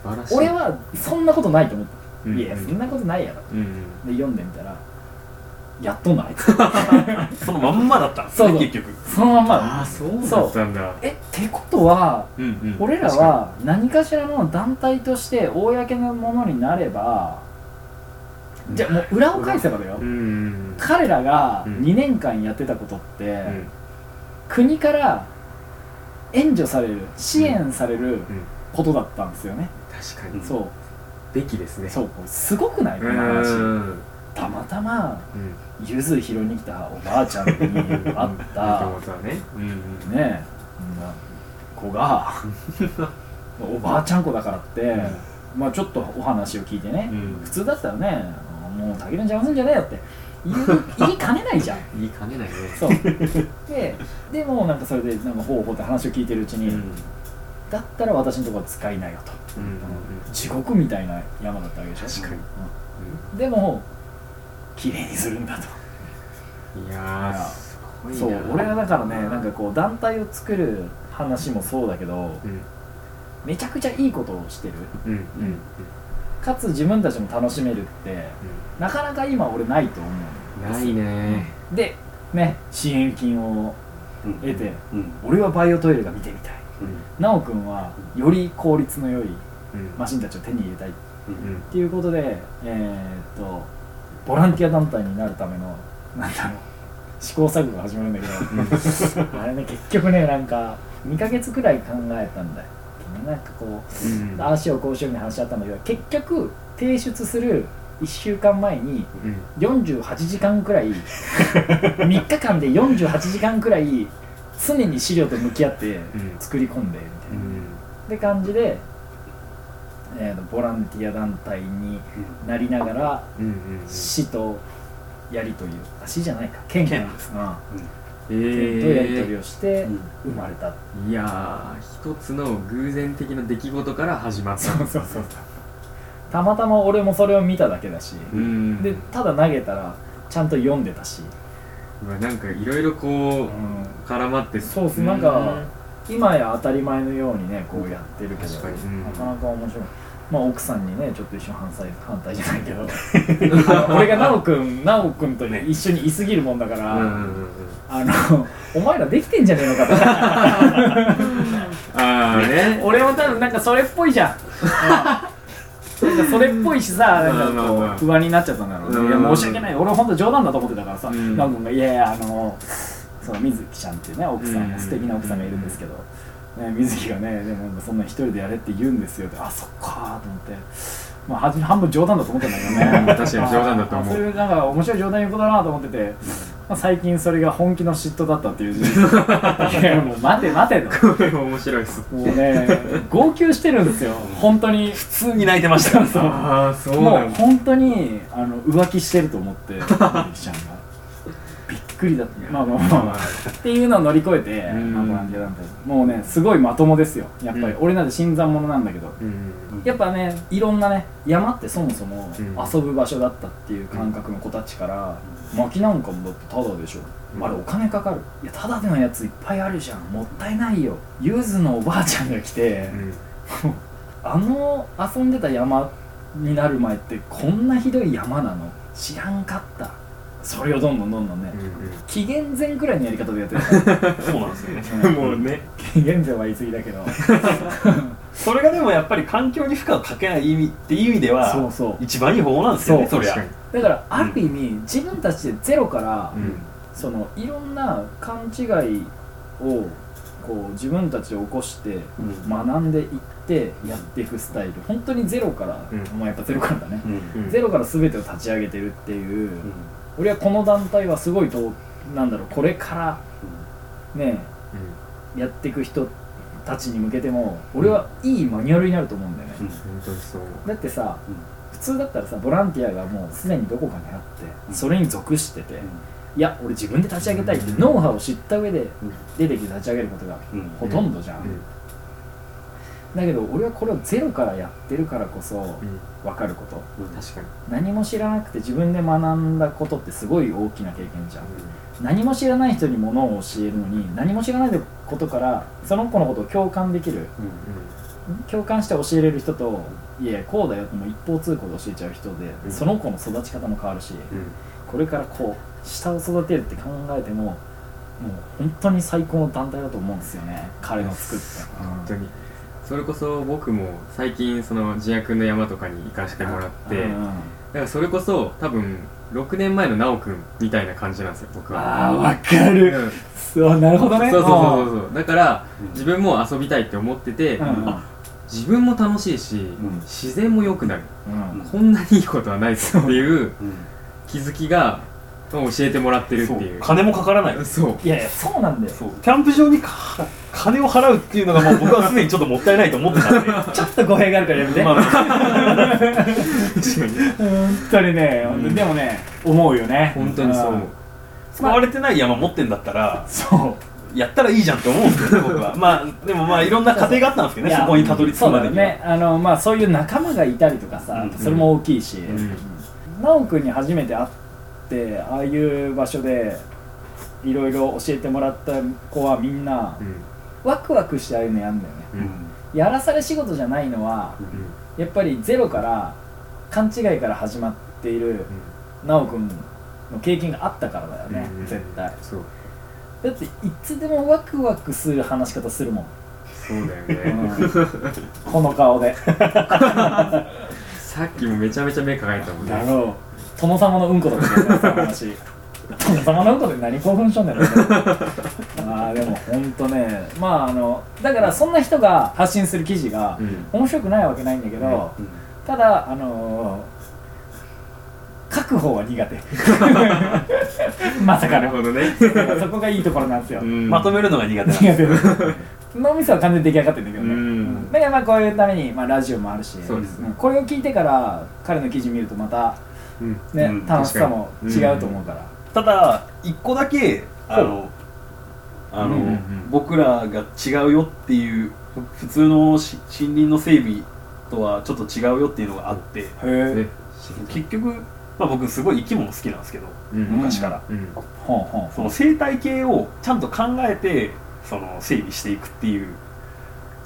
Speaker 4: 素晴らしい
Speaker 2: 俺はそんなことないと思った、
Speaker 4: うん
Speaker 2: いやそんなことないやろ
Speaker 4: うんうん
Speaker 2: で読んでみたらやっとない
Speaker 3: そのまんまだったんですね
Speaker 2: そうそう
Speaker 3: 結局
Speaker 2: そのまんま
Speaker 4: ああそうだったんだ
Speaker 2: えってことは
Speaker 4: うんうん
Speaker 2: 俺らは何かしらの団体として公のものになれば
Speaker 4: うん
Speaker 2: じゃあもう裏を返せばだよ、
Speaker 4: うんうん
Speaker 2: 彼らが
Speaker 4: うん
Speaker 2: 2年間やってたことって、
Speaker 4: うん
Speaker 2: 国から援助される支援される
Speaker 4: うん
Speaker 2: ことだったんですよね、
Speaker 4: 確かに
Speaker 3: ん
Speaker 2: そ
Speaker 4: べきです
Speaker 2: う
Speaker 4: ね
Speaker 2: そうすごくないこ
Speaker 4: う
Speaker 2: の
Speaker 4: んう
Speaker 2: 話
Speaker 4: ん
Speaker 2: たまたま
Speaker 4: うん
Speaker 2: ゆず拾いに来たおばあちゃんに会った
Speaker 4: 元々はねうんうん
Speaker 2: ねえな 子がおばあちゃん子だからって、まあちょっとお話を聞いてね、
Speaker 4: うん
Speaker 2: 普通だったらねもうたけるん邪魔すんじゃねえよって言う 言いかねないじゃん
Speaker 4: 言いかねないね
Speaker 2: そうででもなんかそれでなんかほうほうって話を聞いてるうちに、だったら私のところは使いなよと
Speaker 4: うんうん
Speaker 2: 地獄みたいな山だったわけでしょ
Speaker 3: 確かに
Speaker 2: うんでも綺麗にするんだと
Speaker 4: うんいやーすごいな
Speaker 2: そう俺はだからねなんかこう団体を作る話もそうだけど
Speaker 4: うん
Speaker 2: めちゃくちゃいいことをしてる
Speaker 4: うんうん
Speaker 2: かつ自分たちも楽しめるってなかなか今俺ないと思
Speaker 4: うんないね
Speaker 2: うでね支援金を
Speaker 3: うん
Speaker 2: 得て
Speaker 3: うん
Speaker 2: 俺はバイオトイレが見てみたい奈く君はより効率の良い
Speaker 4: うん
Speaker 2: マシンたちを手に入れたいっ
Speaker 3: うん
Speaker 4: うん
Speaker 2: ていうことでえーっとボランティア団体になるためのなんだろう試行錯誤が始まるんだけどあれね結局ねなんか2ヶ月くらい考えたんだよなんかこう
Speaker 4: うん
Speaker 2: ああしようこうしようみたいな話だったんだけど結局提出する1週間前に
Speaker 4: うん
Speaker 2: 48時間く らい3日間で48時間くらい常に資料と向き合って
Speaker 4: うん
Speaker 2: 作り込んでみたいな、って感じで、えーとボランティア団体になりながら
Speaker 4: うんうん
Speaker 2: 市とやりとりをあ市じゃないか県か
Speaker 3: 県
Speaker 4: え
Speaker 2: うん県とやり取り
Speaker 4: ー
Speaker 2: をして
Speaker 3: うん
Speaker 2: 生まれた、
Speaker 4: いやー一つの偶然的な出来事から始まった
Speaker 2: そうそうそうたまたま俺もそれを見ただけだし、
Speaker 4: うん
Speaker 2: でただ投げたらちゃんと読んでたし、
Speaker 4: うわなんかいろいろこう絡まって
Speaker 2: そうっすなんか今や当たり前のようにねこうやってるけど
Speaker 4: 確かにうん
Speaker 2: なかなか面白い。まあ、奥さんにねちょっと一緒に反対反対じゃない けどあの俺が奈くん奈くんとね一緒にいすぎるもんだから、
Speaker 4: うんうんうんうん
Speaker 2: あのお前らできてんじゃねえのかと
Speaker 4: ああね
Speaker 2: 俺も多分なんかそれっぽいじゃんなんかそれっぽいしさなんかこ
Speaker 4: まあまあまあ
Speaker 2: う不安になっちゃったんだろうね、
Speaker 4: うん
Speaker 2: いや申し訳ない俺本当冗談だと思ってたからさ、
Speaker 4: うん
Speaker 2: なんかいやいやあのそう水木ちゃんっていうね奥さん、
Speaker 4: うん
Speaker 2: 素敵な奥さんがいるんですけど、ね、水木がねでもなんかそんな一人でやれって言うんですよってあそっかーと思って。まあ、はじ半分冗談だと思ってたんだけど
Speaker 4: うん
Speaker 2: ね
Speaker 4: 確かに冗談だと思う
Speaker 2: あそういうなんか面白い冗談言うことだなと思ってて、まあ、最近それが本気の嫉妬だったっていう 事実いやもう待て待てと
Speaker 4: これ面白いっす
Speaker 2: もう ね、号泣してるんですよ、本当に。
Speaker 3: 普通に泣いてましたから
Speaker 2: そう
Speaker 4: ああそう
Speaker 2: も
Speaker 4: な
Speaker 2: うん
Speaker 4: だ
Speaker 2: 本当にあの浮気してると思って、みゆきちゃんが。びっくくりだったまあまあまあ、まあ、っていうのを乗り越えて、
Speaker 4: うん
Speaker 2: まあボランティア団体もうねすごいまともですよやっぱり、
Speaker 4: う
Speaker 2: 俺なんて新参者なんだけど
Speaker 4: うん
Speaker 2: やっぱねいろんなね山ってそもそも
Speaker 4: うん
Speaker 2: 遊ぶ場所だったっていう感覚の子たちから、薪なんかもだってタダでしょ、
Speaker 4: うん
Speaker 2: あれお金かかるいやタダでのやついっぱいあるじゃんもったいないよゆずのおばあちゃんが来て、
Speaker 4: うん
Speaker 2: あの遊んでた山になる前ってこんなひどい山なの知らんかったそれをどんどんどんどんね、紀元前くらいのやり方でやってる
Speaker 3: そうなんですよね
Speaker 4: う ん もうね
Speaker 2: 紀元前は言い過ぎだけど
Speaker 3: それがでもやっぱり環境に負荷をかけない意味っていう意味では
Speaker 2: そうそう
Speaker 3: 一番いい方法なんですよね
Speaker 2: そ
Speaker 3: そうりゃ
Speaker 4: 確
Speaker 2: だからある意味、自分たちでゼロから、
Speaker 4: うん
Speaker 2: そのいろんな勘違いをこう自分たちで起こして
Speaker 3: うん
Speaker 2: 学んでいってやっていくスタイル本当にゼロから、
Speaker 4: うん
Speaker 2: まあやっぱゼロからだね、
Speaker 3: うん
Speaker 4: うん
Speaker 2: ゼロから全てを立ち上げてるっていう、
Speaker 3: うん
Speaker 2: 俺はこの団体はすごいとなんだろうこれからねやっていく人たちに向けても俺はいいマニュアルになると思うんだよね、
Speaker 3: うん
Speaker 4: 本当にそう
Speaker 2: だってさ、
Speaker 3: うん
Speaker 2: 普通だったらさボランティアがもうすでにどこかにあって、
Speaker 3: うん
Speaker 2: それに属してて、
Speaker 3: ん
Speaker 2: いや俺自分で立ち上げたいって、
Speaker 4: うん
Speaker 2: ノウハウを知った上で
Speaker 3: うん
Speaker 2: 出てきて立ち上げることが
Speaker 3: うん
Speaker 2: ほとんどじゃん、だけど俺はこれをゼロからやってるからこそ
Speaker 4: うん
Speaker 2: 分かること
Speaker 4: 確かに
Speaker 2: 何も知らなくて自分で学んだことってすごい大きな経験じゃん何も知らない人にものを教えるのに何も知らないことからその子のことを共感できる共感して教えれる人といやこうだよってもう一方通行で教えちゃう人で、
Speaker 4: うん
Speaker 2: その子の育ち方も変わるし、
Speaker 4: うん
Speaker 2: これからこう下を育てるって考えてももう本当に最高の団体だと思うんですよね彼の作った、
Speaker 4: 本当にそれこそ僕も最近その自くんの山とかに行かせてもらってだ
Speaker 2: うん
Speaker 4: からそれこそ多分6年前の奈くんみたいな感じなんですよ僕は
Speaker 2: ああわか
Speaker 4: う
Speaker 2: る、
Speaker 4: ん
Speaker 2: そうなるほどね
Speaker 4: そうそうそう
Speaker 2: う
Speaker 4: そうそうだから
Speaker 3: うん
Speaker 4: 自分も遊びたいって思ってて、
Speaker 2: うんうん
Speaker 4: あ自分も楽しいし、
Speaker 3: ん
Speaker 4: 自然も良くなる
Speaker 2: うん
Speaker 4: こんなにいいことはないぞっていう
Speaker 3: うん
Speaker 4: 気づきがを教えてもらってるって
Speaker 3: そう
Speaker 4: いう
Speaker 3: 金もかからない
Speaker 4: そう
Speaker 2: いやいやそうなんだよ
Speaker 3: そうキャンプ場にか金を払うっていうのがもう僕はすでにちょっともったいないと思ってたんで
Speaker 2: ちょっと語弊があるからやめて、
Speaker 3: まあまあ
Speaker 4: 確かに
Speaker 2: 本当にね、本当にでもね思うよね
Speaker 4: 本当にそう思
Speaker 2: ん
Speaker 4: う
Speaker 3: 使われてない山持ってんだったら
Speaker 2: そう
Speaker 3: やったらいいじゃんって思うんですよね僕はまあでもまあいろんな過程があったんですけど
Speaker 2: い
Speaker 3: ね
Speaker 2: や
Speaker 3: そこにたどり着くまで
Speaker 2: そう
Speaker 3: に
Speaker 2: だ
Speaker 3: は
Speaker 2: よねあの、まあ、そういう仲間がいたりとかさ、
Speaker 3: うん
Speaker 2: それも大きいし、
Speaker 4: ん
Speaker 2: 奈くんに初めて会ってああいう場所でいろいろ教えてもらった子はみんな
Speaker 4: うん
Speaker 2: ワクワクしてああいうのやんだよね
Speaker 4: う
Speaker 3: うんん
Speaker 2: やらされ仕事じゃないのはやっぱりゼロから勘違いから始まっている奈くんの経験があったからだよね、
Speaker 4: うん
Speaker 2: 絶対
Speaker 4: そう
Speaker 2: だっていつでもワクワクする話し方するもん、
Speaker 4: そうだよ
Speaker 2: うん
Speaker 4: ね
Speaker 2: この顔で
Speaker 4: さっきもめちゃめちゃ目輝いたもんね
Speaker 2: だろう殿様のうんことかみたいな話殿様のうんこで何興奮しとんねんろあーでもほんとねまああのだからそんな人が発信する記事が
Speaker 4: うん
Speaker 2: 面白くないわけないんだけど、ただあのー、書く方は 苦手まさか
Speaker 4: なる
Speaker 2: の
Speaker 4: ほどね
Speaker 2: そこがいいところなんですよ、
Speaker 4: うん
Speaker 3: まとめるのが苦手なん
Speaker 2: 苦
Speaker 3: で
Speaker 2: 手脳みそは完全に出来上がってるんだけどね、
Speaker 4: うん
Speaker 2: だからまあこういうために、まあ、ラジオもあるし
Speaker 4: そうですね
Speaker 2: んこれを聞いてから彼の記事見るとまた
Speaker 4: うん
Speaker 2: ね、
Speaker 3: うん
Speaker 2: 楽しさも
Speaker 4: 確かに
Speaker 2: 違うと思うから、
Speaker 3: ただ一個だけあのあの、
Speaker 4: うんうんうん
Speaker 3: 僕らが違うよっていう普通のし森林の整備とはちょっと違うよっていうのがあって
Speaker 2: へ
Speaker 4: ね
Speaker 3: 結局、まあ、僕すごい生き物好きなんですけど
Speaker 4: うん
Speaker 3: 昔から、
Speaker 4: うん
Speaker 2: ほんほん
Speaker 3: その生態系をちゃんと考えてその整備していくっていう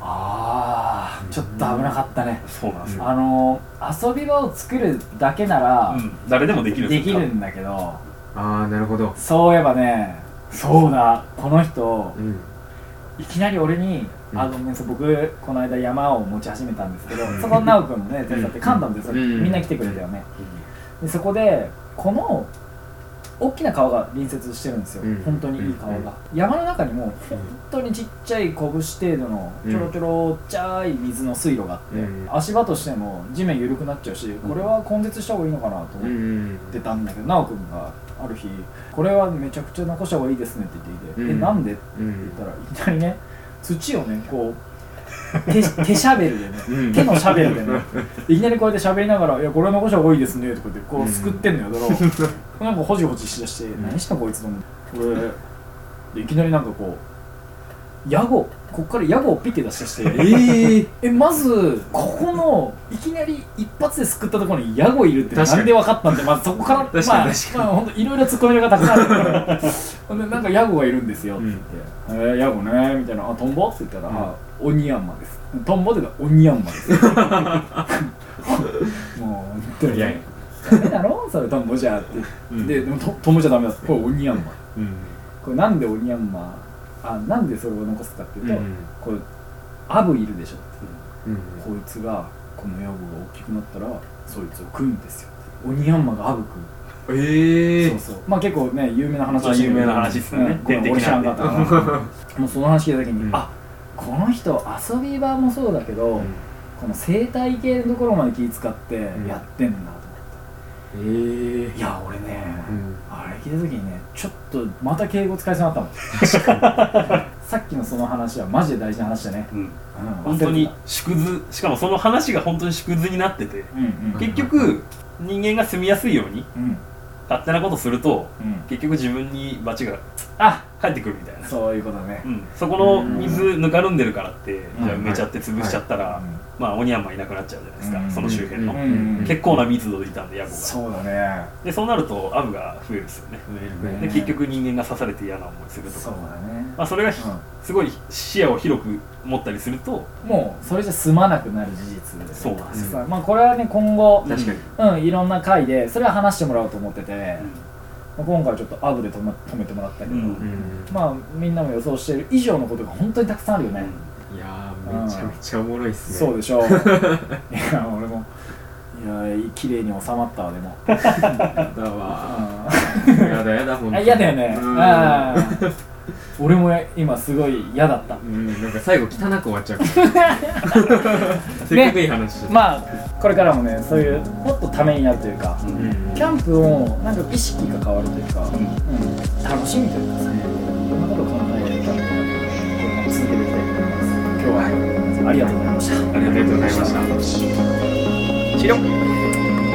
Speaker 2: ああちょっと危なかったね、
Speaker 3: そうなんですよ、
Speaker 2: あのー、遊び場を作るだけなら、
Speaker 3: うん誰でもできるん
Speaker 2: です
Speaker 3: よ多分
Speaker 2: んだけど
Speaker 4: ああなるほど
Speaker 2: そういえばねそうだこの人
Speaker 4: うん
Speaker 2: いきなり俺に「
Speaker 4: うん
Speaker 2: あごめんなさい僕この間山を持ち始めたんですけど、そこは奈くんもね手伝って
Speaker 4: うん
Speaker 2: カンタも手伝
Speaker 4: う
Speaker 2: って
Speaker 4: ん
Speaker 2: みんな来てくれたよね、でそこでこの大きな川が隣接してるんですよ、
Speaker 4: うん
Speaker 2: 本当にいい川が、山の中にも本当にちっちゃい拳程度のちょろちょろちっちゃい水の水路があって、
Speaker 4: うん
Speaker 2: 足場としても地面緩くなっちゃうしこれは根絶した方がいいのかなと
Speaker 4: うんう
Speaker 2: 思っ
Speaker 4: ん
Speaker 2: てたんだけど奈くんがある日「これはめちゃくちゃ残した方がいいですね」って言っていて
Speaker 4: うん
Speaker 2: 「えなんで?」って
Speaker 4: うん
Speaker 2: 言ったらいきなりね土をねこう手手シャベルでね
Speaker 4: うん
Speaker 2: 手のシャベル でねいきなりこうやって喋りながら「いやこれ残した方がいいですね」とかってこ
Speaker 4: う
Speaker 2: う んすくってんのよだからなんかホジホジしだして「何したこいつ」と思って俺でいきなりなんかこう屋号こっから屋号をピッて出 し出して
Speaker 3: ええ
Speaker 2: えまずここのいきなり一発で救ったところにヤゴいるって
Speaker 4: 確かに
Speaker 2: なんで分かったんでまずそこから
Speaker 4: 確
Speaker 2: ま
Speaker 4: か
Speaker 2: あ
Speaker 4: に
Speaker 2: まあほんといろいろツッコミがたくさんある からほんでなんかヤゴがいるんですよって言って「えー、ヤゴね」みたいな「あトンボ?」って言ったら「あオニヤンマです」トンボって言ったら「オニヤンマです」もう本当に
Speaker 4: いやいや
Speaker 2: ダメだろそれトンボじゃ」って、
Speaker 4: うん
Speaker 2: ででもトトンボじゃダメだってこれオニヤンマ
Speaker 4: うん
Speaker 2: これなんでオニヤンマあなんでそれを残すかっていう
Speaker 4: う
Speaker 2: と、
Speaker 4: ん
Speaker 2: これアブいるでしょ
Speaker 4: うん
Speaker 2: こいつがこのヤゴが大きくなったらそいつを食うんですよオニヤンマがアブ食う、
Speaker 4: ええ
Speaker 2: そうそうまあ結構ね有名な話だし
Speaker 3: まあ有名な話ですよね
Speaker 2: うんごめん
Speaker 3: 出
Speaker 2: 俺
Speaker 3: て
Speaker 2: 知
Speaker 3: きた
Speaker 2: らん
Speaker 3: んで
Speaker 2: かったからもうその話聞いた時に、
Speaker 4: うん
Speaker 2: あこの人遊び場もそうだけど、この生態系のところまで気使って
Speaker 4: ん
Speaker 2: やってんだと思って、
Speaker 4: ええ
Speaker 2: いや俺ね、
Speaker 4: うん
Speaker 2: あれ聞いた時にねちょっとまた敬語使いそうになったもんさっきのその話はマジで大事な話だね、
Speaker 3: うん
Speaker 2: うん、
Speaker 3: 本当に
Speaker 2: 忘れて
Speaker 3: 縮図しかもその話が本当に縮図になってて
Speaker 2: たうんうん
Speaker 3: 結局人間が住みやすいように
Speaker 2: うん
Speaker 3: 勝手なことすると
Speaker 2: うん
Speaker 3: 結局自分にバチが
Speaker 2: あ
Speaker 3: 返ってくるみたいな、
Speaker 2: そういうことね
Speaker 3: うん、そこの水ぬかるんでるからって
Speaker 2: ん
Speaker 3: じゃあ埋めちゃって潰しちゃったら、まあオニヤンマいなくなっちゃうじゃないですか、
Speaker 2: うん
Speaker 3: その周辺の、
Speaker 4: うん
Speaker 3: 結構な密度でいたんでヤゴが
Speaker 2: そうだね
Speaker 3: でそうなるとアブが増えるんですよねで
Speaker 2: ね
Speaker 3: 結局人間が刺されて嫌な思いすると
Speaker 2: そ
Speaker 3: か
Speaker 2: うだね
Speaker 3: まあ、それがひ、すごい視野を広く持ったりすると
Speaker 2: うんもうそれじゃ済まなくなる事実
Speaker 3: そうなんです
Speaker 4: よ
Speaker 2: さまあこれはね今後
Speaker 4: 確かに
Speaker 2: うんいろんな回でそれは話してもらおうと思ってて
Speaker 3: うん
Speaker 2: まあ今回はちょっとアブで止め止めてもらったけど
Speaker 3: うん
Speaker 4: うん
Speaker 2: まあみんなも予想してる以上のことが本当にたくさんあるよね
Speaker 4: いやーめちゃめちゃおもろいっすね
Speaker 2: そう
Speaker 4: で
Speaker 2: でしょういや俺もいや綺麗に収まったわでも
Speaker 4: すだわ
Speaker 2: あ
Speaker 4: ーやだやだほん
Speaker 2: 嫌だよね
Speaker 4: うん
Speaker 2: あー俺もや今すごい嫌だった
Speaker 4: うんなんか最後汚く終わっちゃうからせっかくいい話だ
Speaker 2: まあこれからもねそういうもっとためになるというか、
Speaker 4: うん
Speaker 2: キャンプをなんか意識が変わるというか、うん楽しみというかさ、いろんなことを考えてキャンプをこれからも続けていきたいと思います今日はありがとうございました
Speaker 4: ありがとうございました
Speaker 3: 治療